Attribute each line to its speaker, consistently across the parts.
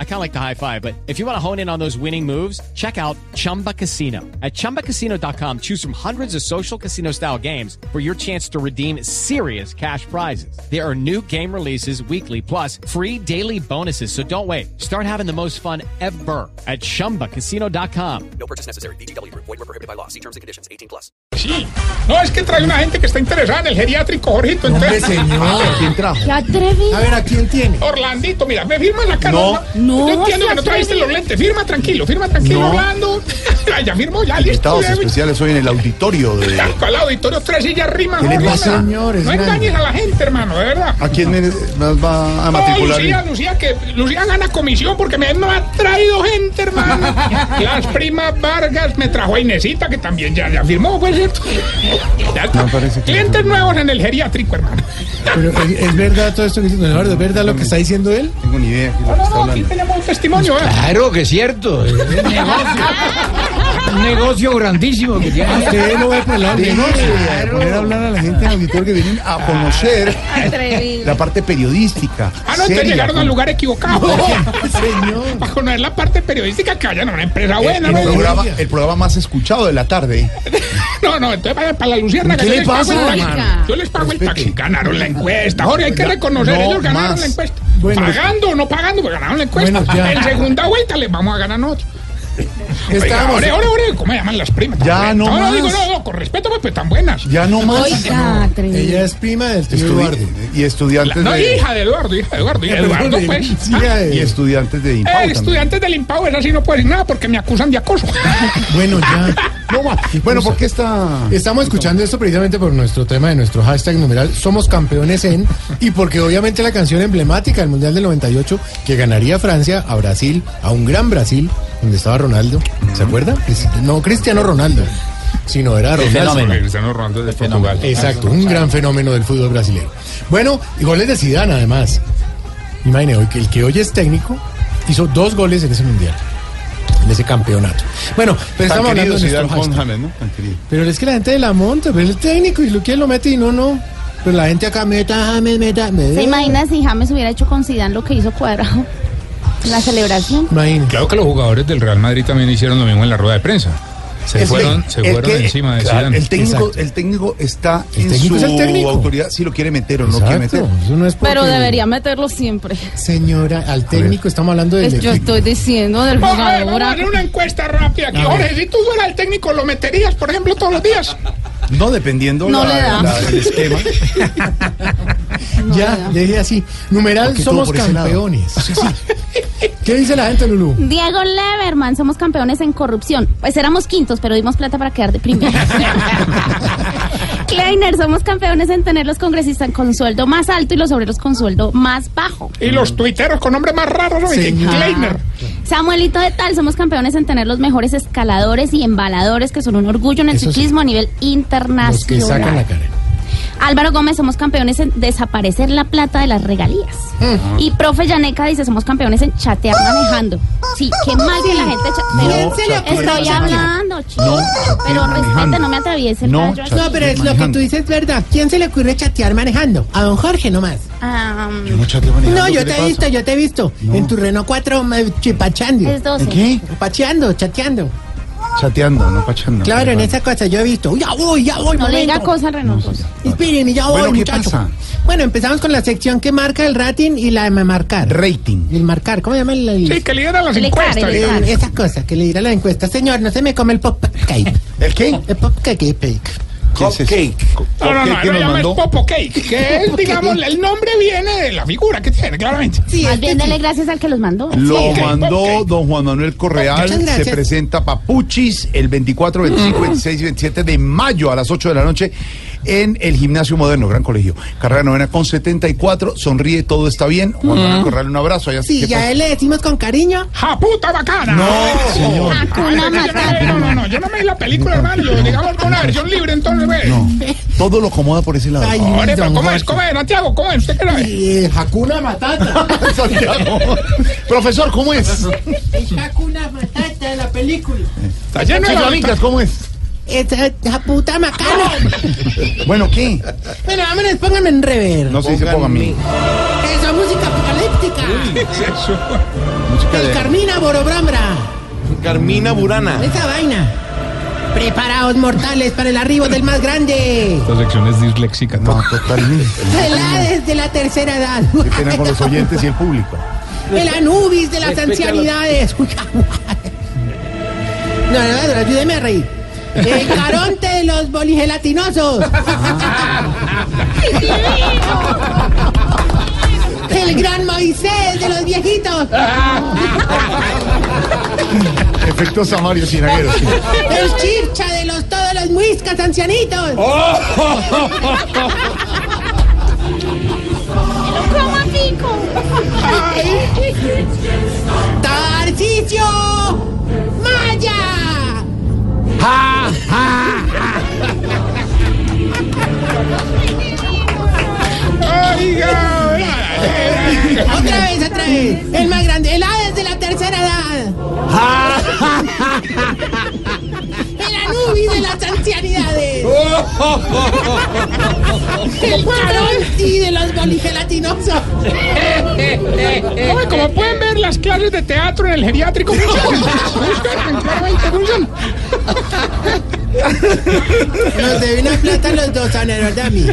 Speaker 1: I kind of like the high five, but if you want to hone in on those winning moves, check out Chumba Casino. At chumbacasino.com, choose from hundreds of social casino style games for your chance to redeem serious cash prizes. There are new game releases weekly, plus free daily bonuses. So don't wait. Start having the most fun ever at chumbacasino.com.
Speaker 2: No purchase necessary. BGW. Void were prohibited by law. See terms and conditions. 18 plus.
Speaker 3: Sí. No, es que trae una gente que está interesada en el geriátrico, Jorgito.
Speaker 4: Hombre,
Speaker 3: Entonces,
Speaker 4: señor. ¿Quién trajo?
Speaker 5: ¡Qué atrevido!
Speaker 4: A ver, ¿a quién tiene?
Speaker 3: Orlandito, mira, me firma la cara. No,
Speaker 5: no,
Speaker 3: Yo entiendo
Speaker 5: se
Speaker 3: que no trajiste
Speaker 5: atreve.
Speaker 3: los lentes. Firma tranquilo, firma tranquilo,
Speaker 4: No.
Speaker 3: Orlando. Ah, ya firmó, ya listo.
Speaker 6: Invitados
Speaker 3: ya,
Speaker 6: especiales hoy en el auditorio de...
Speaker 3: ya, ¿Cuál auditorio? Tres sillas rimas,
Speaker 4: ¿Qué le
Speaker 3: Jorge,
Speaker 4: pasa,
Speaker 3: hombre?
Speaker 4: señor? Es
Speaker 3: No
Speaker 4: grande.
Speaker 3: engañes a la gente, hermano, de verdad.
Speaker 6: ¿A quién me- más va a
Speaker 3: Oh,
Speaker 6: matricular?
Speaker 3: Lucía, Lucía, que Lucía gana comisión porque me no ha traído gente, hermano. Las primas Vargas me trajo a Inesita, que también ya, ya firmó, pues cierto. Ya está.
Speaker 6: No, parece que-
Speaker 3: Clientes nuevos en el geriátrico, hermano.
Speaker 4: Pero, ¿es, es verdad todo esto que dice don Eduardo? ¿Es verdad lo que está diciendo él?
Speaker 6: No tengo ni idea. de
Speaker 3: No,
Speaker 6: lo que
Speaker 3: no,
Speaker 6: está
Speaker 3: no, aquí
Speaker 6: hablando.
Speaker 3: tenemos un testimonio, ¿eh?
Speaker 6: Ah,
Speaker 7: Claro que es cierto. Es un negocio. Un negocio grandísimo que tiene.
Speaker 4: Usted no ve por el lado de
Speaker 6: De noche, a poner a hablar a la gente del auditorio que vienen a conocer
Speaker 5: Atrevido.
Speaker 6: la parte periodística.
Speaker 3: Ah, no, entonces
Speaker 6: seria,
Speaker 3: llegaron al
Speaker 6: con-
Speaker 3: lugar equivocado.
Speaker 4: Señor.
Speaker 3: Para conocer la parte periodística que vayan a una empresa buena,
Speaker 6: El
Speaker 3: ¿no?
Speaker 6: programa, el programa más escuchado de la tarde.
Speaker 3: No, no, entonces vayan para la Lucierna.
Speaker 6: ¿Qué
Speaker 3: que yo
Speaker 6: le
Speaker 3: les pago
Speaker 6: pasa,
Speaker 3: el taxi.
Speaker 5: hermano?
Speaker 3: Yo les pago el
Speaker 6: Respete.
Speaker 3: taxi. Ganaron la encuesta. Jorge, hay que reconocer,
Speaker 6: no
Speaker 3: ellos ganaron
Speaker 6: más.
Speaker 3: la encuesta.
Speaker 4: Bueno.
Speaker 3: pagando o no pagando, pues ganaron la encuesta.
Speaker 4: Bueno, ya.
Speaker 3: en segunda vuelta les vamos a ganar nosotros. Oiga,
Speaker 4: Estábamos.
Speaker 3: ore, ore, ore, ¿cómo llaman las primas?
Speaker 6: Ya,
Speaker 3: Tan
Speaker 6: no
Speaker 3: buenas.
Speaker 6: más.
Speaker 3: digo, no, no, con respeto, pues, pues tan buenas.
Speaker 6: Ya no más.
Speaker 5: Oiga, atrevido.
Speaker 4: Ella es prima del tío
Speaker 6: Estudi-
Speaker 4: Eduardo.
Speaker 6: y estudiantes
Speaker 3: No,
Speaker 6: de...
Speaker 3: hija de Eduardo, hija de Eduardo. Y Eduardo, pues.
Speaker 4: Sí,
Speaker 3: ah,
Speaker 4: eh.
Speaker 6: Y estudiantes de Impau
Speaker 3: eh,
Speaker 6: también.
Speaker 3: estudiantes del Impau, es así, no puedo decir nada porque me acusan de acoso.
Speaker 4: Bueno, ya. No, va.
Speaker 6: Bueno, ¿por qué está...?
Speaker 4: Estamos escuchando esto precisamente por nuestro tema de nuestro hashtag numeral Somos Campeones en y porque obviamente la canción emblemática del Mundial del 98 que ganaría Francia a Brasil, a un gran Brasil, donde estaba Ronaldo, ¿se acuerda? Cristi- No, Cristiano Ronaldo, sino era Ronaldo.
Speaker 3: Cristiano Ronaldo de Portugal.
Speaker 4: Exacto, un gran fenómeno del fútbol brasileño. Bueno, y goles de Zidane además. Imagine, hoy que el que hoy es técnico hizo dos goles en ese Mundial, en ese campeonato. Bueno, pero
Speaker 6: Tan
Speaker 4: estamos hablando
Speaker 6: querido
Speaker 4: de nuestro
Speaker 6: Zidane
Speaker 4: hashtag.
Speaker 6: Bonhammer, ¿no? Tan querido.
Speaker 4: Pero es que la gente de la monta, pero el técnico y lo que lo mete y no, no. Pero la gente acá meta, James, meta, meta.
Speaker 5: ¿Se imagina si James hubiera hecho con Zidane lo que hizo Cuadrado? La celebración.
Speaker 4: Imagina.
Speaker 8: Claro que los jugadores del Real Madrid también hicieron lo mismo en la rueda de prensa. Se
Speaker 6: Es
Speaker 8: fueron,
Speaker 6: que-
Speaker 8: se
Speaker 6: es
Speaker 8: fueron
Speaker 6: que,
Speaker 8: encima de
Speaker 6: claro,
Speaker 8: Zidane.
Speaker 6: El técnico,
Speaker 4: Exacto.
Speaker 6: el técnico está
Speaker 4: El
Speaker 6: en
Speaker 4: técnico
Speaker 6: su
Speaker 4: es el técnico.
Speaker 6: autoridad, si lo quiere meter o no lo quiere meter.
Speaker 4: Exacto, eso no es
Speaker 9: Pero
Speaker 4: porque-
Speaker 9: debería meterlo siempre.
Speaker 4: Señora, al técnico estamos hablando del
Speaker 9: Es- yo
Speaker 4: equipo.
Speaker 9: estoy diciendo del
Speaker 3: Vamos a ver,
Speaker 9: jugador.
Speaker 3: vamos a
Speaker 9: a-
Speaker 3: hacer una encuesta rápida aquí.
Speaker 4: A ver.
Speaker 3: Jorge, si tú fueras el técnico, ¿lo meterías, por ejemplo, todos los días?
Speaker 6: No, dependiendo
Speaker 9: No
Speaker 6: la-
Speaker 9: le da.
Speaker 6: la- del esquema.
Speaker 4: Ya, ya dije así. Numeral
Speaker 6: Porque todo
Speaker 4: somos
Speaker 6: por ese lado.
Speaker 4: campeones. ¿Qué dice la gente, Lulú?
Speaker 5: Diego Leverman, somos campeones en corrupción. Pues éramos quintos, pero dimos plata para quedar de primero. Kleiner, somos campeones en tener los congresistas con sueldo más alto y los obreros con sueldo más bajo.
Speaker 3: Y
Speaker 6: Mm.
Speaker 3: los tuiteros con nombres más raros, ¿no? Y
Speaker 6: Ah.
Speaker 4: Señor.
Speaker 3: Kleiner.
Speaker 5: Ah. Samuelito de Tal, somos campeones en tener los mejores escaladores y embaladores que son un orgullo en el
Speaker 4: Eso sí.
Speaker 5: ciclismo a nivel
Speaker 4: Los que sacan la
Speaker 5: internacional.
Speaker 4: cara.
Speaker 5: Álvaro Gómez, somos campeones en desaparecer la plata de las regalías.
Speaker 6: Mm.
Speaker 5: Y profe Yaneca dice, somos campeones en chatear manejando. Sí, qué mal que la gente chatea.
Speaker 6: No, chatear
Speaker 5: Estoy
Speaker 6: manejando.
Speaker 5: hablando, chico.
Speaker 6: No,
Speaker 5: pero
Speaker 6: chatear
Speaker 5: respete,
Speaker 6: manejando.
Speaker 5: no me atraviese el
Speaker 6: No,
Speaker 5: rayo aquí.
Speaker 6: chatear. No, pero es lo que manejando. tú
Speaker 4: dices es verdad. ¿Quién se le ocurre chatear manejando? A don Jorge nomás.
Speaker 5: Ah,
Speaker 6: Yo no chateo manejando, ¿qué le pasa?
Speaker 4: yo te he visto.
Speaker 6: No. En tu
Speaker 4: Renault 4 chipachando.
Speaker 5: es 12.
Speaker 6: ¿En qué?
Speaker 4: Pacheando, chateando.
Speaker 6: Chateando, no pachando.
Speaker 4: Claro, en esa cosa yo he visto. ¡Uy, Ya voy, ya voy,
Speaker 5: No le diga
Speaker 4: momento!
Speaker 5: cosas, Renosos.
Speaker 4: Espérenme, ya voy,
Speaker 6: Bueno, ¿qué
Speaker 4: muchacho.
Speaker 6: pasa?
Speaker 4: Bueno, empezamos con la sección que marca el rating y la de marcar.
Speaker 6: Rating.
Speaker 4: el marcar, ¿cómo se llama? El, el-
Speaker 3: Sí, que lidera las
Speaker 5: Le
Speaker 3: encuestas.
Speaker 5: cae, le
Speaker 3: ¿eh?
Speaker 5: cae.
Speaker 4: eh, esas cosas que le dirá la encuesta. Señor, no se me come el pop cake.
Speaker 6: ¿El qué?
Speaker 4: El pop cake, eh, cake.
Speaker 6: ¿Quién es ese?
Speaker 3: No, no, no,
Speaker 6: ¿Qué
Speaker 3: no,
Speaker 6: nos
Speaker 3: llama el
Speaker 6: mandó?
Speaker 3: Popo Cake, que es, digamos, el nombre viene de la figura que tiene, claramente.
Speaker 4: Sí,
Speaker 5: Más
Speaker 4: este
Speaker 5: bien,
Speaker 4: sí.
Speaker 5: dele gracias al que los mandó.
Speaker 6: Lo
Speaker 3: Ok,
Speaker 6: mandó
Speaker 3: ok.
Speaker 6: don Juan Manuel Correal.
Speaker 4: Muchas
Speaker 6: Se
Speaker 4: gracias.
Speaker 6: presenta Papuchis el 24, 25, 26 y 27 de mayo a las 8 de la noche en el Gimnasio Moderno, Gran Colegio. Carrera novena con 74. Sonríe, todo está bien. Juan Manuel Correal, un abrazo. Ya
Speaker 4: Sí,
Speaker 6: ¿qué
Speaker 4: ya
Speaker 6: pasa?
Speaker 4: le decimos con cariño.
Speaker 3: ¡Ja puta bacana!
Speaker 6: No, señor.
Speaker 3: Ay,
Speaker 5: Hakuna
Speaker 3: yo no-
Speaker 5: Matata.
Speaker 3: No, no, no, yo no me vi la película, hermano. Yo, digamos, con una versión libre, entonces, ve.
Speaker 6: No, todo lo acomoda por ese lado.
Speaker 4: Ay,
Speaker 3: Hombre, pero
Speaker 4: don
Speaker 3: ¿cómo es?
Speaker 4: Jorge.
Speaker 3: ¿Cómo es, Santiago? ¿Cómo es? ¿Usted qué la ve?
Speaker 4: Y eh, Hakuna Matata.
Speaker 6: Santiago. Profesor, ¿cómo es?
Speaker 4: El Hakuna Matata de la película.
Speaker 3: Está lleno de
Speaker 6: Señor
Speaker 3: la-
Speaker 6: Amigas, ¿cómo es?
Speaker 4: Esa, esa puta macana.
Speaker 6: Bueno, ¿qué?
Speaker 4: Bueno, vámonos, pónganme en rever.
Speaker 6: No se dice ponga a mí.
Speaker 4: Esa música apocalíptica.
Speaker 6: Música
Speaker 4: El
Speaker 6: de-
Speaker 4: Carmina Borobramra.
Speaker 10: Carmina Burana.
Speaker 4: Esa vaina. Preparaos, mortales, para el arribo del más grande.
Speaker 11: Esta sección es disléxica.
Speaker 6: No, totalmente.
Speaker 4: El Hades de la tercera edad.
Speaker 6: Qué pena con los oyentes y el público.
Speaker 4: El Anubis de las ancianidades. Uy, No, no, no, ayúdeme a reír. El caronte de los boligelatinosos. El gran Moisés de los viejitos.
Speaker 6: Efectos Samario Sinagueros.
Speaker 4: El chircha de los todos los muiscas ancianitos.
Speaker 5: ¿Cómo pico?
Speaker 4: Tarcicio Maya. Otra vez, otra vez. El más grande. El Hades de la tercera edad. El Anubis de las ancianidades.
Speaker 3: Oh.
Speaker 4: El Caronti de los boligelatinosos.
Speaker 3: Eh, Oye, como pueden ver, las clases de teatro en el geriátrico funcionan. Funcionan, claramente funcionan.
Speaker 4: Nos debe una plata los dos a Nerodami.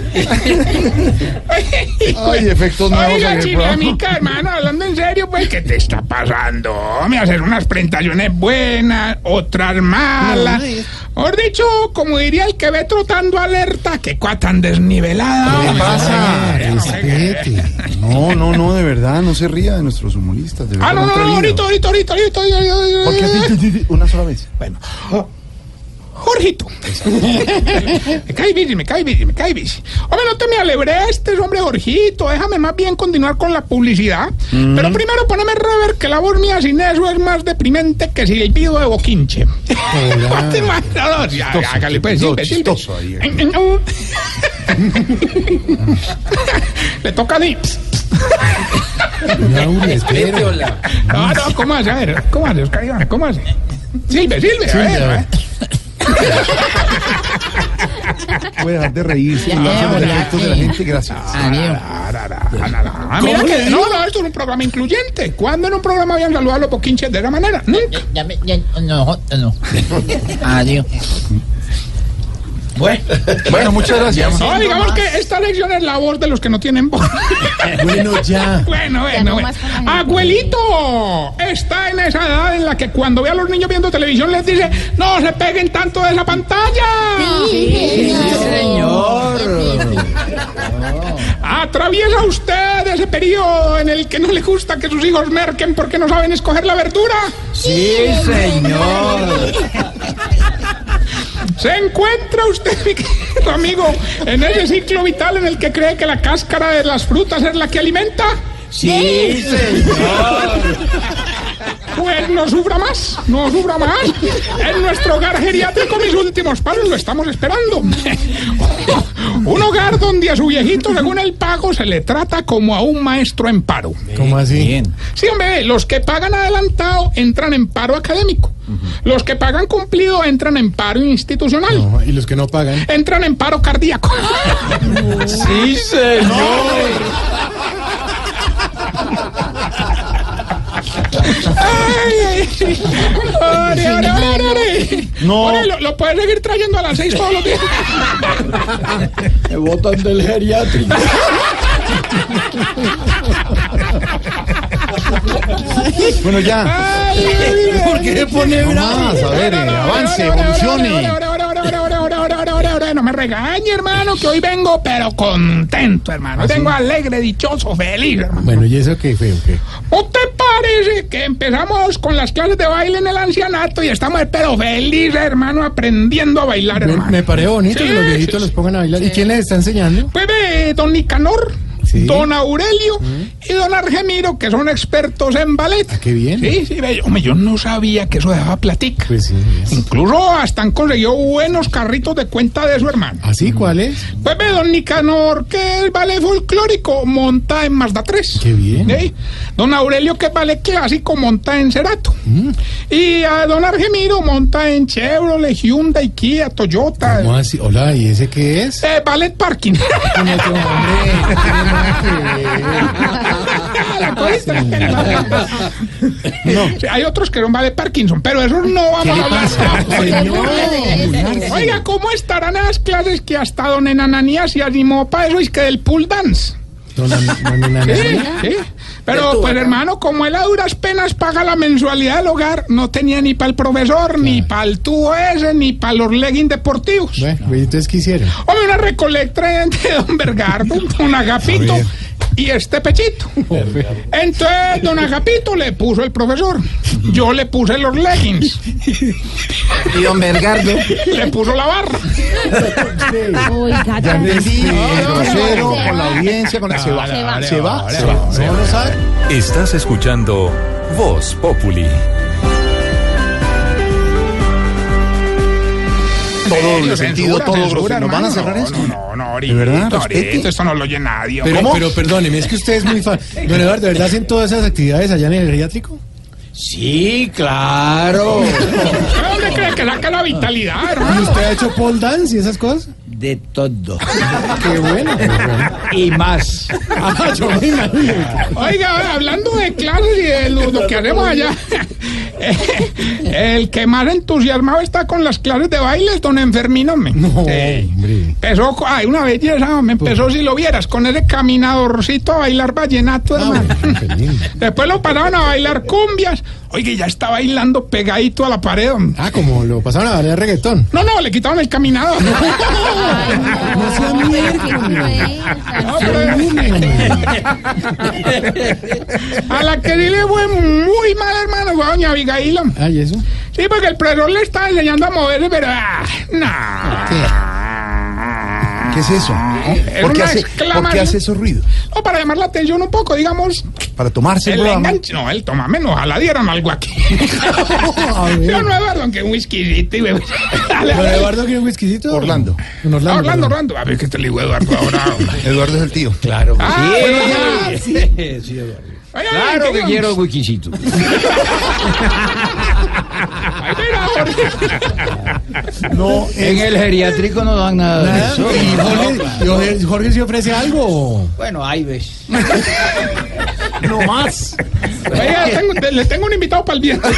Speaker 6: Ay, efectos nuevos en
Speaker 3: Oiga,
Speaker 6: el programa.
Speaker 3: chiflamica, hermano, hablando en serio, pues, ¿qué te está pasando? Me hacen unas presentaciones buenas, otras malas.
Speaker 4: No, no es-
Speaker 3: Mejor dicho, como diría el que ve trotando alerta, qué cuá tan desnivelada.
Speaker 6: ¿Qué
Speaker 3: hombre. Ah,
Speaker 6: pasa?
Speaker 1: Respete.
Speaker 6: No, no, no, de verdad, no se ría de nuestros humoristas. De verdad,
Speaker 3: Ah, no,
Speaker 6: lo
Speaker 3: no,
Speaker 6: han
Speaker 3: no, ahorita,
Speaker 6: traído.
Speaker 3: ahorita, ahorita, ahorita, ahorita, ahorita,
Speaker 6: ¿Por qué? Sí, sí, sí, Una sola vez.
Speaker 3: Bueno. Jorgito. me cae bici, me cae bici, me cae bici. Hombre, no te me alebrestes, hombre, Jorgito. Déjame más bien continuar con la publicidad. Pero primero poneme rever que la voz mía sin eso es más deprimente que si el pido de boquinche. Ponte más- no, no, ya,
Speaker 6: Chistoso,
Speaker 3: hágale, pues, silbe,
Speaker 6: chistoso,
Speaker 3: silbe.
Speaker 6: chistoso ahí.
Speaker 3: Ay, ay, no. Le toca a ti.
Speaker 1: No, Uri, espera.
Speaker 3: No, no, ¿cómo hace? A ver, ¿cómo hace, Oscar Iván? ¿Cómo hace? Silve, silve, a ver, ¿eh?
Speaker 1: a
Speaker 3: a ver.
Speaker 1: ver.
Speaker 6: Puede dejar de reírse. Lo hacen los efectos de la gente, gracias.
Speaker 3: Ah, mira que- no, no, esto es un programa incluyente. ¿Cuándo en un programa habían saludado a los poquinches de esa manera? Nunca.
Speaker 4: Ya me, ya, no, eh, no. Adiós.
Speaker 6: Bueno, muchas gracias.
Speaker 3: No, digamos que esta lección es la voz de los que no tienen voz.
Speaker 1: Bueno, ya.
Speaker 3: bueno,
Speaker 5: Ya
Speaker 3: bueno,
Speaker 5: no
Speaker 3: bueno.
Speaker 5: más con la gente.
Speaker 3: Abuelito está en esa edad en la que cuando ve a los niños viendo televisión les dice, no se peguen tanto de esa pantalla. Atraviesa usted ese periodo en el que no le gusta que sus hijos merquen porque no saben escoger la verdura.
Speaker 12: Sí, señor.
Speaker 3: Se encuentra usted, mi querido amigo, en ese ciclo vital en el que cree que la cáscara de las frutas es la que alimenta.
Speaker 12: Sí, señor.
Speaker 3: Pues no sufra más, no sufra más. En nuestro hogar geriátrico, mis últimos pasos lo estamos esperando. Un hogar donde a su viejito, según el pago, se le trata como a un maestro en paro.
Speaker 1: ¿Cómo así?
Speaker 12: Bien.
Speaker 3: Sí, hombre, los que pagan adelantado entran en paro académico. Los que pagan cumplido entran en paro institucional.
Speaker 1: No, y los que no pagan.
Speaker 3: Entran en paro cardíaco.
Speaker 12: Sí, señor.
Speaker 3: Ay, ay, ay. Ore, ore, ore, ore.
Speaker 6: No.
Speaker 3: Ore, lo, lo puedes seguir trayendo a las seis todos los días.
Speaker 12: Me botan del geriátrico.
Speaker 6: Bueno, ya.
Speaker 3: Ay, ay, ay.
Speaker 12: ¿Por qué se pone
Speaker 6: No
Speaker 12: bravo?
Speaker 6: más, a ver, eh,
Speaker 3: Ore, ore, ore, ore,
Speaker 6: avance,
Speaker 3: ore,
Speaker 6: evolucione.
Speaker 3: ore, ore, ore, ore, ore, ore, ore, ore, ore. No me regañe, hermano, que hoy vengo, pero contento, hermano. Hoy vengo alegre, dichoso, feliz, hermano.
Speaker 1: Bueno, ¿y eso qué feo? ¿Qué?
Speaker 3: ¿O te parece que empezamos con las clases de baile en el ancianato y estamos, pero feliz, hermano, aprendiendo a bailar,
Speaker 1: Me,
Speaker 3: hermano?
Speaker 1: me parece bonito
Speaker 3: Sí,
Speaker 1: que los
Speaker 3: sí,
Speaker 1: viejitos
Speaker 3: sí.
Speaker 1: los pongan a bailar. ¿Y quién les está enseñando?
Speaker 3: Pues ve, don Nicanor. don Aurelio y don Argemiro, que son expertos en ballet.
Speaker 4: Qué bien.
Speaker 3: Sí, sí, bello. Hombre, yo no sabía que eso dejaba platica.
Speaker 4: Pues sí.
Speaker 3: Incluso hasta han conseguido buenos carritos de cuenta de su hermano.
Speaker 4: ¿Así cuál es?
Speaker 3: Pues ve, don Nicanor, que el ballet folclórico monta en Mazda 3.
Speaker 4: Qué bien.
Speaker 3: ¿Sí? Don Aurelio, que es ballet clásico, monta en Cerato.
Speaker 4: Mm.
Speaker 3: Y a don Argemiro monta en Chevrolet, Hyundai, Kia, Toyota.
Speaker 4: ¿Cómo así? Hola, ¿y ese qué es?
Speaker 3: Eh, ballet parking.
Speaker 4: No, qué
Speaker 3: La cogiste. Sí, Hay otros que son ballet Parkinson, pero eso no vamos a hablar. Oiga, ¿cómo estarán las clases que hasta don Enananías se animó para eso? Es que del pool dance. Sí, sí. Pero, pues hermano, como él a duras penas paga la mensualidad del hogar, no tenía ni para el profesor, ni para el tubo ese, ni para los leggings deportivos.
Speaker 4: Bueno, pues, entonces qué hicieron.
Speaker 3: Hombre, una recolecta entre don Bergardo, don Agapito y este pechito. Entonces, don Agapito le puso el profesor. Yo le puse los leggings.
Speaker 7: Y don Bergardo.
Speaker 3: Le puso la barra.
Speaker 5: Oiga,
Speaker 6: Ya
Speaker 5: tan-
Speaker 6: entendí, es grosero,
Speaker 5: no, no.
Speaker 6: con la audiencia, con la... Se va,
Speaker 5: Se va.
Speaker 6: se va, se va.
Speaker 4: No, no sabe.
Speaker 13: Estás escuchando Voz Populi.
Speaker 6: Todo
Speaker 3: Censura,
Speaker 6: doble sentido, todo
Speaker 3: censura,
Speaker 6: grosero. ¿Nos van a
Speaker 3: hermano,
Speaker 6: cerrar
Speaker 3: no,
Speaker 6: esto?
Speaker 3: No, no, no, ahorita,
Speaker 6: verdad?
Speaker 3: ahorita,
Speaker 6: Respete.
Speaker 3: esto no lo oye nadie.
Speaker 4: Pero,
Speaker 3: ¿Cómo?
Speaker 4: pero perdóneme, es que usted es muy fan. Don Eduardo, ¿de verdad hacen todas esas actividades allá en el geriátrico?
Speaker 7: Sí, claro.
Speaker 3: ¿Pero ¿Dónde cree que saca la vitalidad,
Speaker 4: ¿Y
Speaker 3: hermano?
Speaker 4: usted ha hecho pole dance y esas cosas?
Speaker 7: De todo.
Speaker 4: Qué bueno. pues, bueno.
Speaker 7: Y más.
Speaker 4: Ah, yo me imagino.
Speaker 3: Oiga, hablando de clases y de lo, lo que haremos allá, eh, el que más entusiasmado está con las clases de baile es don Enfermino. hombre. Sí.
Speaker 4: Hombre.
Speaker 3: Empezó, co- ay, una belleza, me empezó si lo vieras, con ese caminadorcito a bailar vallenato,
Speaker 4: Ah,
Speaker 3: hermano.
Speaker 4: bueno, qué lindo.
Speaker 3: Después lo pararon a bailar cumbias. Oye, ya está bailando pegadito a la pared. hombre.
Speaker 4: Ah, como lo pasaron a bailar reggaetón.
Speaker 3: No, no, le quitaron el caminador.
Speaker 5: Ay,
Speaker 4: No sea
Speaker 5: qué
Speaker 4: miércoles.
Speaker 5: cruel.
Speaker 3: No, pero- a la que sí le fue muy mal, hermano, fue a doña Abigail. hombre.
Speaker 4: Ay, eso.
Speaker 3: Sí, porque el profesor le está enseñando a moverse, pero... ah, no.
Speaker 6: ¿Qué es eso?
Speaker 3: Era
Speaker 6: ¿Por qué,
Speaker 3: una
Speaker 6: hace,
Speaker 3: exclamación.
Speaker 6: por qué hace esos ruidos?
Speaker 3: O para llamar la atención un poco, digamos,
Speaker 6: Para tomarse el
Speaker 3: el
Speaker 6: programa.
Speaker 3: enganche. No, el toma menos, ojalá dieran algo aquí. Yo no, Eduardo, aunque un whiskycito y me...
Speaker 4: ¿Don Eduardo quiere un whiskycito?
Speaker 6: Orlando.
Speaker 4: Don Orlando.
Speaker 3: Ah, Orlando,
Speaker 4: perdón.
Speaker 3: Orlando. A ver, que te le digo, Eduardo, ahora.
Speaker 6: Eduardo es el tío.
Speaker 7: Claro.
Speaker 3: Ah, bueno, ya,
Speaker 7: sí. sí, Eduardo.
Speaker 3: Oiga,
Speaker 7: Claro que
Speaker 3: digamos,
Speaker 7: quiero wikisito.
Speaker 3: ay, mira, Jorge.
Speaker 6: No,
Speaker 7: En el geriátrico no dan nada de eso.
Speaker 4: ¿Y Jorge, y Jorge, Jorge se ofrece algo?
Speaker 7: Bueno, ahí ves.
Speaker 6: no más.
Speaker 3: Oiga, tengo- te- le tengo un invitado para el viernes.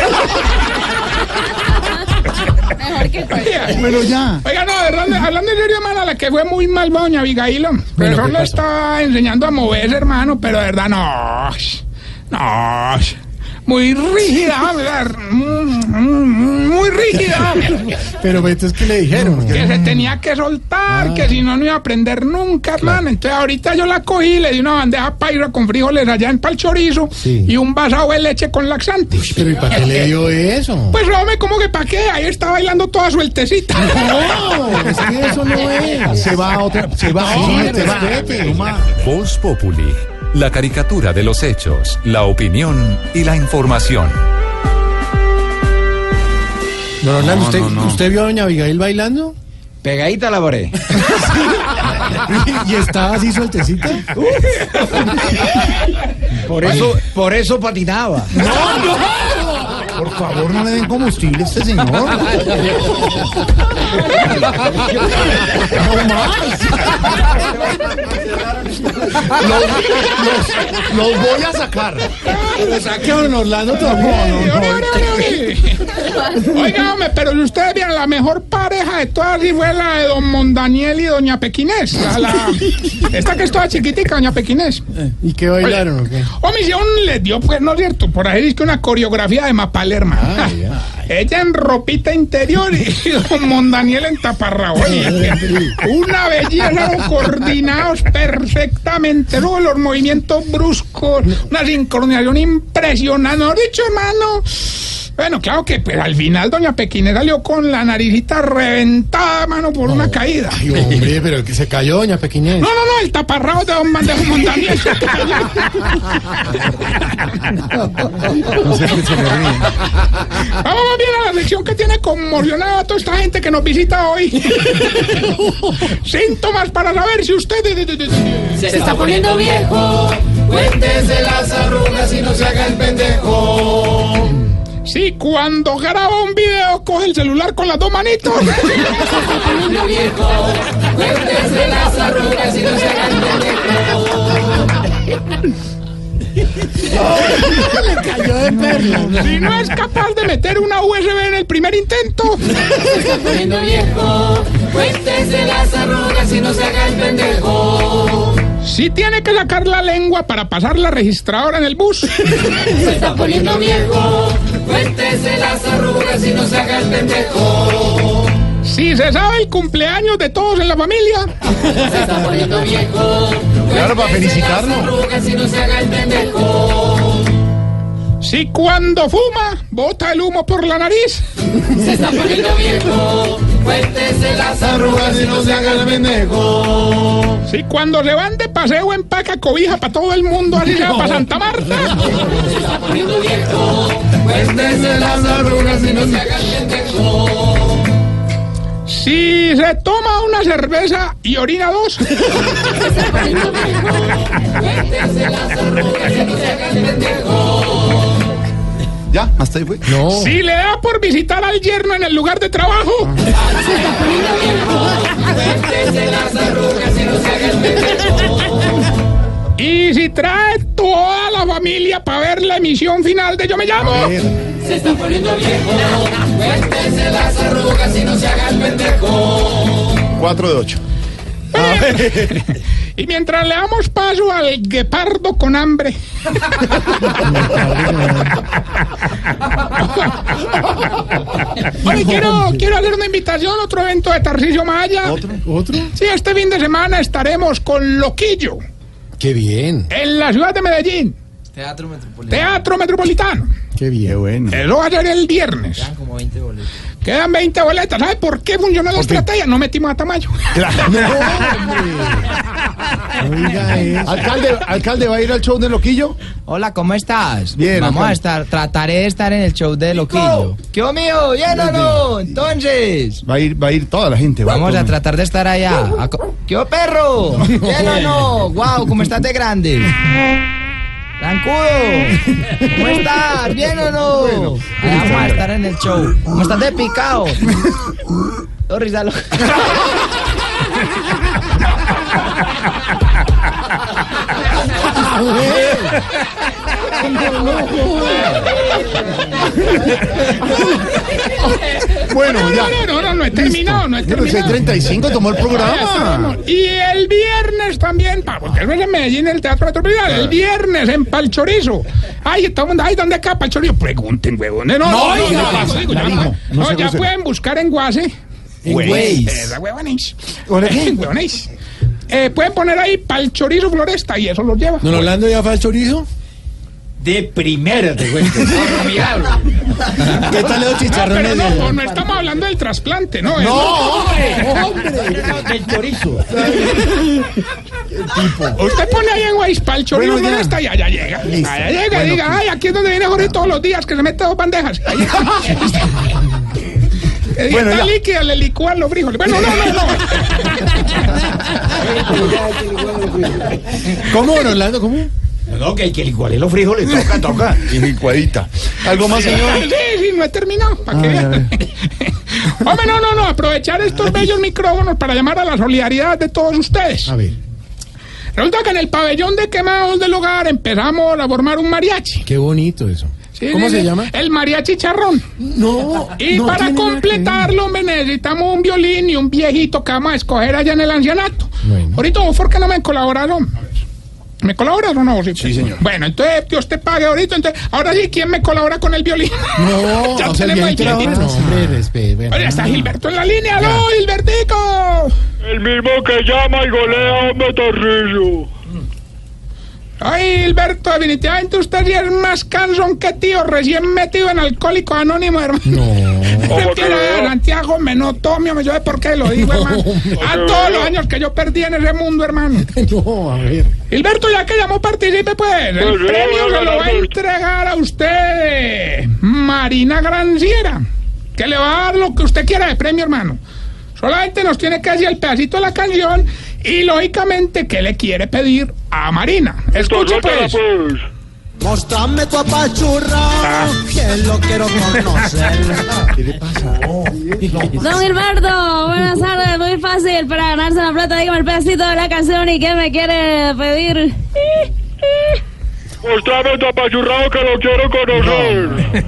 Speaker 5: Mejor que cualquier-
Speaker 6: Pero ya.
Speaker 3: Oiga, no, de verdad, hablando en serio, hermano, la que fue muy mal fue doña Abigail. hombre. El
Speaker 4: Bueno,
Speaker 3: profesor
Speaker 4: ¿qué
Speaker 3: le
Speaker 4: pasó?
Speaker 3: está enseñando a moverse, hermano, pero de verdad, no. No. Muy rígida, ¿verdad? Mm, mm, Muy rígida.
Speaker 4: Pero entonces, ¿qué Ah. le dijeron?
Speaker 3: que se tenía que soltar, que si no, no iba a aprender nunca, hermano. Entonces, ahorita yo la cogí y le di una bandeja paira con frijoles allá en pal chorizo
Speaker 4: Sí.
Speaker 3: y un vaso de leche con laxante.
Speaker 4: Pero ¿y para qué le dio eso?
Speaker 3: Pues, hombre, ¿cómo que para qué? Ahí está bailando toda sueltecita.
Speaker 4: No, es que eso no es.
Speaker 6: Se va a otra. Se va
Speaker 4: No,
Speaker 6: sí, se va.
Speaker 4: respete.
Speaker 6: No más.
Speaker 13: Voz Populi. La caricatura de los hechos, la opinión y la información.
Speaker 4: Don Orlando, ¿usted,
Speaker 6: No, no, no.
Speaker 4: ¿usted vio a doña Abigail bailando?
Speaker 7: Pegadita la pared.
Speaker 4: ¿Y estaba así sueltecita?
Speaker 7: Por eso, por eso patinaba.
Speaker 6: Por favor, no le den combustible a este señor. No más. Los, los- los voy a sacar.
Speaker 4: Pero saque a don Orlando tampoco.
Speaker 3: Ore, ore, ore. Oiga, hombre, pero si ustedes vieron la mejor pareja de todas sí fue la de don Mondaniel y doña Pequinés. La, la- esta que es toda chiquitica, doña Pequinés.
Speaker 4: ¿Y qué bailaron o qué?
Speaker 3: Hombre, si aún les dio, pues no es cierto, por ahí dice que una coreografía de Mapalerma.
Speaker 4: Ay,
Speaker 3: Ella en ropita interior y don Mondaniel en taparrabón. Una belleza, eran coordinados perfectamente, ¿no? los movimientos bruscos, una sincronización impresionante. ¿No has dicho, hermano? Bueno, claro que pero al final doña Pequinera salió con la naricita reventada, mano, por una caída.
Speaker 4: Ay, hombre, pero que se cayó doña Pequinés.
Speaker 3: No, no, no, el taparrabo de Don Bandejo Montañés.
Speaker 6: No sé qué se me ríe.
Speaker 3: Vamos más bien a la sección que tiene conmocionada a toda esta gente que nos visita hoy. Síntomas para saber si usted
Speaker 14: Se está poniendo viejo.
Speaker 3: Cuéntese las arrugas y no se haga el pendejo. Sí, cuando graba un video, coge el celular con las dos manitos.
Speaker 14: Cuéntese las arrugas y no se haga el
Speaker 3: Le cayó de perla. Si no es capaz de meter una USB en el primer intento.
Speaker 14: Se está poniendo viejo. Cuéntese las arrugas y no se haga el pendejo.
Speaker 3: Si tiene que sacar la lengua para pasar la registradora en el bus.
Speaker 14: Se está poniendo viejo. Cuéntese las arrugas y no se haga el pendejo.
Speaker 3: Si se sabe el cumpleaños de todos en la familia.
Speaker 14: Se está poniendo viejo.
Speaker 6: Claro, para
Speaker 14: Cuéntese
Speaker 6: felicitarlo.
Speaker 14: Las arrugas y no se haga el pendejo.
Speaker 3: Si cuando fuma, bota el humo por la nariz.
Speaker 14: Se está poniendo viejo. Cuéntese las arrugas y no se haga el pendejo.
Speaker 3: Si cuando se van de paseo empaca cobija para todo el mundo, así sea para Santa Marta.
Speaker 14: Se está poniendo viejo. Cuéntese las arrugas y no se haga el pendejo.
Speaker 3: Si se toma una cerveza y orina dos.
Speaker 14: Cuéntese las arrugas y no se haga el pendejo.
Speaker 6: ¿Ya? ¿Hasta ahí fue?
Speaker 4: No.
Speaker 3: Si le da por visitar al yerno en el lugar de trabajo.
Speaker 14: Se está poniendo viejo. Cuéntese las arrugas y no se haga el pendejo.
Speaker 3: Y si trae toda la familia para ver la emisión final de Yo Me Llamo.
Speaker 14: Se está poniendo viejo. Cuéntese las arrugas y no se haga el pendejo.
Speaker 6: 4 de 8.
Speaker 3: Y mientras le damos paso al guepardo con hambre. Oye, quiero, quiero hacer una invitación a otro evento de Tarcisio Maya.
Speaker 4: ¿Otro?
Speaker 3: Sí, este fin de semana estaremos con Loquillo
Speaker 4: Qué bien,
Speaker 3: en la ciudad de Medellín.
Speaker 7: Teatro Metropolitano.
Speaker 3: Teatro Metropolitano.
Speaker 4: qué bien. bueno.
Speaker 6: Eh,
Speaker 3: Eso va a ser el viernes.
Speaker 7: Como 20 boletos.
Speaker 3: Quedan 20 boletas. ¿Sabe por qué funcionó la estrategia? No metimos a Tamayo.
Speaker 4: Oiga, eso.
Speaker 6: Alcalde, alcalde, ¿va a ir al show de Loquillo?
Speaker 7: Hola, ¿cómo estás?
Speaker 6: Bien,
Speaker 7: Vamos
Speaker 6: acá.
Speaker 7: a estar, trataré de estar en el show de Loquillo. ¿Qué hubo, mío? ¿Bien o no? Entonces,
Speaker 6: Va a ir, va a ir toda la gente. va
Speaker 7: vamos
Speaker 6: todo
Speaker 7: a
Speaker 6: el-
Speaker 7: tratar de estar allá. A co- ¿Qué hubo, perro? ¿Bien o no? Guau, ¿cómo estás de grande? Trancudo, ¿cómo estás? ¿Bien o no? Allá vamos a estar en el show. ¿Cómo estás de picado? Todo risa loca.
Speaker 6: Bueno, ya.
Speaker 3: No, no, no, no he terminado, no he
Speaker 6: Pero si hay
Speaker 3: terminado.
Speaker 6: 35 tomó el programa.
Speaker 3: Y el viernes también, pa, porque eso es en Medellín el Teatro Metropolitano. El viernes en Palchorizo. Ay, todo el mundo, ay, ¿dónde acá Palchorizo? Pregunten, huevón. No, no, no,
Speaker 6: oiga,
Speaker 3: no, no,
Speaker 6: no,
Speaker 3: digo,
Speaker 6: la
Speaker 3: ya,
Speaker 6: dijo, no
Speaker 3: no,
Speaker 6: se
Speaker 3: ya
Speaker 6: cruce.
Speaker 3: pueden buscar en Guase.
Speaker 6: Güey.
Speaker 3: Eh, la huevonis. Eh, huevonis. Eh, pueden poner ahí Palchorizo Floresta y eso los lleva.
Speaker 4: ¿No hablando ya falso chorizo?
Speaker 7: De primera te cuento.
Speaker 6: Ah.
Speaker 4: ¿Qué tal los
Speaker 3: Ah, Pero
Speaker 4: chicharrones?
Speaker 3: no,
Speaker 4: de-
Speaker 3: no, no estamos hablando del trasplante, ¿no?
Speaker 6: No, hombre.
Speaker 7: Del chorizo.
Speaker 3: Usted pone ahí en Guaispal chorizo
Speaker 6: Bueno, ya.
Speaker 3: Floresta y allá llega.
Speaker 6: Listo.
Speaker 3: Allá llega y
Speaker 6: Bueno,
Speaker 3: diga,
Speaker 6: pues.
Speaker 3: ay, aquí es donde viene Jorge todos los días, que se mete dos bandejas. Ahí está. Eh,
Speaker 6: Bueno,
Speaker 3: está
Speaker 6: ya.
Speaker 3: líquida, le licúan los frijoles. Bueno, no, no, no.
Speaker 4: ¿Cómo, don Orlando? ¿Cómo?
Speaker 7: No, que hay que licuarle los frijoles.
Speaker 6: Toca, toca. Y licuadita. ¿Algo más, señor?
Speaker 3: Sí, sí, no he terminado. ¿Para qué?
Speaker 6: Ay, a ver.
Speaker 3: Hombre, no, no, no. Aprovechar estos bellos micrófonos para llamar a la solidaridad de todos ustedes.
Speaker 4: A ver,
Speaker 3: Resulta que en el pabellón de quemados del hogar empezamos a formar un mariachi.
Speaker 4: qué bonito eso.
Speaker 3: Sí,
Speaker 4: ¿Cómo
Speaker 3: sí,
Speaker 4: se
Speaker 3: sí.
Speaker 4: llama?
Speaker 3: El mariachi charrón.
Speaker 4: No.
Speaker 3: Y
Speaker 4: no
Speaker 3: para
Speaker 4: tiene nada que ver.
Speaker 3: completarlo, hombre, necesitamos un violín y un viejito que vamos a escoger allá en el ancianato.
Speaker 4: Bueno.
Speaker 3: Ahorita vos, ¿por qué no me colaboraron? ¿Me colaboras o no? Sí,
Speaker 6: señor.
Speaker 3: Bueno, entonces Dios te pague ahorita. Entonces, ahora sí, ¿quién me colabora con el violín?
Speaker 4: No,
Speaker 3: ya
Speaker 4: o sea,
Speaker 3: tenemos
Speaker 4: bien
Speaker 3: el
Speaker 4: trabajo.
Speaker 3: violín.
Speaker 4: No, hombre, respeto. bueno,
Speaker 3: Oye, está
Speaker 4: no.
Speaker 3: Gilberto en la línea. ¡Aló, Gilbertico!
Speaker 15: El mismo que llama y golea a hombre Tarrillo.
Speaker 3: Mm. Ay, Gilberto, definitivamente usted sí es más cansón que tío, recién metido en alcohólico anónimo, hermano. No.
Speaker 14: ¿Cómo te veo?
Speaker 3: Santiago, me no tomio, me yo sé por qué lo digo, hermano. A
Speaker 14: te veo.
Speaker 3: todos los años que yo perdí en ese mundo, hermano.
Speaker 4: No, a ver.
Speaker 3: Gilberto, ya que llamó, participe, pues. El
Speaker 14: Pues yo
Speaker 3: premio
Speaker 14: voy a
Speaker 3: se lo va a
Speaker 14: ganar por-
Speaker 3: entregar a usted, Marina Granciera, que le va a dar lo que usted quiera de premio, hermano. Solamente nos tiene que decir el pedacito de la canción y, lógicamente, que le quiere pedir a Marina. Escuche,
Speaker 14: Suéltala,
Speaker 3: pues.
Speaker 14: pues.
Speaker 15: Mostrame tu apachurrado, que lo quiero conocer. ¿Qué le pasa?
Speaker 9: Don Gilberto, buenas tardes. Muy fácil para ganarse la plata. Dígame el pedacito de la canción y qué me quiere pedir.
Speaker 14: Mostrame tu apachurrado que lo quiero conocer.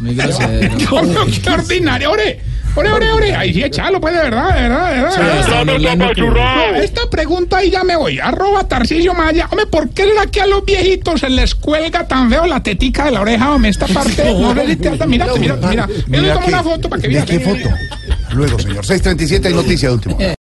Speaker 7: Muy grosero.
Speaker 3: No, no, qué ordinario, ore. Ore, ore, ore. Ay, sí, echalo, pues, de verdad, de verdad, de verdad.
Speaker 14: Mostrame tu
Speaker 3: No,
Speaker 14: apachurrado.
Speaker 3: Esta pregunta ahí ya me voy. Arroba Tarcisio Maya. Hombre, ¿por qué será que a los viejitos se les cuelga tan feo la tetica de la oreja? Hombre, esta parte. No, sé si te das- mira, mira, mira. Mira,
Speaker 6: Mira
Speaker 3: toma
Speaker 6: que-
Speaker 3: una foto para que
Speaker 6: ¿De
Speaker 3: veas.
Speaker 6: qué foto? Luego, señor. 637 hay noticias de último.